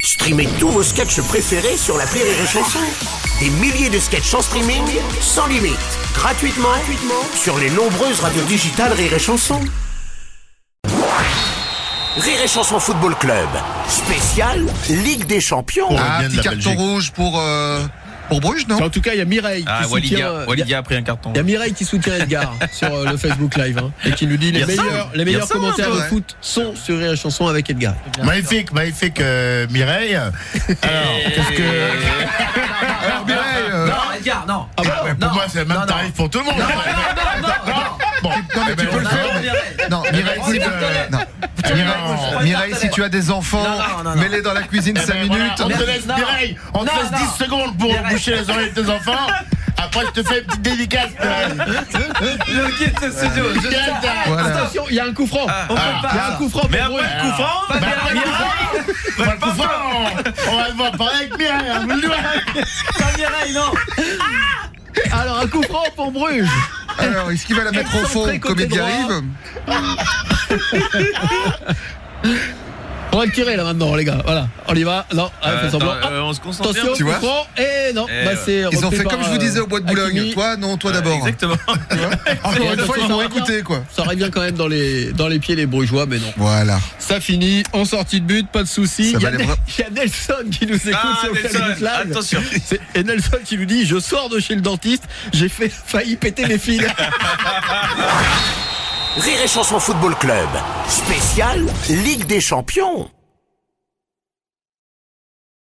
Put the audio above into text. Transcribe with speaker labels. Speaker 1: Streamez tous vos sketchs préférés sur la Rire et Chanson. Des milliers de sketchs en streaming, sans limite, gratuitement, gratuitement sur les nombreuses radios digitales Rire et Chanson. Rire et Chanson Football Club, spécial Ligue des Champions.
Speaker 2: Ah,
Speaker 3: revient de
Speaker 2: petit
Speaker 3: la
Speaker 2: carton
Speaker 3: Belgique.
Speaker 2: rouge pour, euh, pour Bruges, non
Speaker 4: En tout cas, il y a Mireille
Speaker 3: Ah,
Speaker 4: qui soutient.
Speaker 3: Walidia,
Speaker 4: il y a-
Speaker 3: Walidia a pris un carton.
Speaker 4: il y a Mireille qui soutient Edgar sur euh, le Facebook Live hein, et qui nous dit les
Speaker 3: Bien ça,
Speaker 4: meilleurs, les
Speaker 3: bien
Speaker 4: meilleurs
Speaker 3: ça,
Speaker 4: commentaires
Speaker 2: c'est
Speaker 4: de
Speaker 2: vrai.
Speaker 4: foot sont sur Rire et Chanson avec Edgar.
Speaker 5: Magnifique, magnifique euh, Mireille. Alors, qu'est-ce que.
Speaker 2: Alors, Mireille, euh,
Speaker 6: Edgar, non.
Speaker 5: Ah bah, pour
Speaker 6: non,
Speaker 5: moi, c'est le même
Speaker 6: non,
Speaker 5: tarif pour tout le monde.
Speaker 4: bah,
Speaker 5: Bon,
Speaker 2: non, mais
Speaker 5: eh
Speaker 2: tu
Speaker 5: ben,
Speaker 2: peux le
Speaker 5: on- Eh
Speaker 2: faire. Non, Mireille,
Speaker 6: On
Speaker 2: si,
Speaker 6: les
Speaker 2: euh,
Speaker 6: cartonnait.
Speaker 2: non.
Speaker 5: Mireille,
Speaker 2: Mireille, si tu as des enfants,
Speaker 6: Non, non, non, non.
Speaker 2: mets-les dans la cuisine
Speaker 5: eh ben,
Speaker 2: 5
Speaker 5: voilà,
Speaker 2: minutes.
Speaker 5: on te
Speaker 6: Merci.
Speaker 5: laisse,
Speaker 6: Non.
Speaker 5: Mireille. On te
Speaker 6: Non,
Speaker 5: laisse
Speaker 6: non.
Speaker 5: 10 secondes pour
Speaker 6: Mireille.
Speaker 5: boucher les oreilles de tes enfants. Après, je te fais une petite dédicace. Mireille.
Speaker 6: Je quitte ce studio. Je quitte.
Speaker 2: Voilà.
Speaker 4: Attention, il y a un coup franc.
Speaker 6: On
Speaker 4: Il
Speaker 6: prépare
Speaker 4: y a un
Speaker 6: ça.
Speaker 4: coup franc pour
Speaker 3: Ah. Mais après le
Speaker 4: Bruges.
Speaker 3: coup franc,
Speaker 6: Pas de
Speaker 5: Bah,
Speaker 6: Mireille,
Speaker 5: On va le coup franc. On va devoir parler avec Mireille. hein, vous le dites.
Speaker 6: pas Mireille, non.
Speaker 4: Ah. Alors un coup franc pour Bruges.
Speaker 2: Alors, est-ce qu'il va la mettre au fond
Speaker 4: Centré
Speaker 2: comme
Speaker 4: côté
Speaker 2: il y
Speaker 4: droit.
Speaker 2: arrive
Speaker 4: On va le tirer là maintenant les gars. Voilà, on y va. Non, ah, fais
Speaker 3: Euh,
Speaker 4: semblant.
Speaker 3: attends, euh, on se concentre.
Speaker 4: Attention,
Speaker 3: bien.
Speaker 2: tu
Speaker 4: coup
Speaker 2: vois
Speaker 4: franc. Et non,
Speaker 3: Eh
Speaker 4: bah,
Speaker 3: ouais.
Speaker 4: c'est
Speaker 2: Ils ont
Speaker 4: repris
Speaker 2: fait
Speaker 4: par, euh,
Speaker 2: comme je vous disais au bois de Boulogne.
Speaker 4: Hakimi. Ah,
Speaker 2: Toi, non, toi d'abord.
Speaker 3: Exactement.
Speaker 2: Encore une fois, ils vont
Speaker 4: Ça revient-
Speaker 2: écouter, quoi.
Speaker 4: Ça revient quand même dans les, dans les pieds les Brugeois, mais non.
Speaker 2: Voilà.
Speaker 4: Ça finit en sortie de but, pas de souci.
Speaker 2: Ça
Speaker 4: Il y, a
Speaker 2: va
Speaker 4: Ne-
Speaker 2: les bras.
Speaker 4: il y a Nelson qui nous écoute
Speaker 3: Ah,
Speaker 4: sur le
Speaker 3: Nelson,
Speaker 4: Minute Live.
Speaker 3: attention.
Speaker 4: C'est- Et Nelson qui nous dit Je sors de chez le dentiste, j'ai fait failli péter mes fils.
Speaker 1: Rire et Chanson Football Club, spécial Ligue des Champions.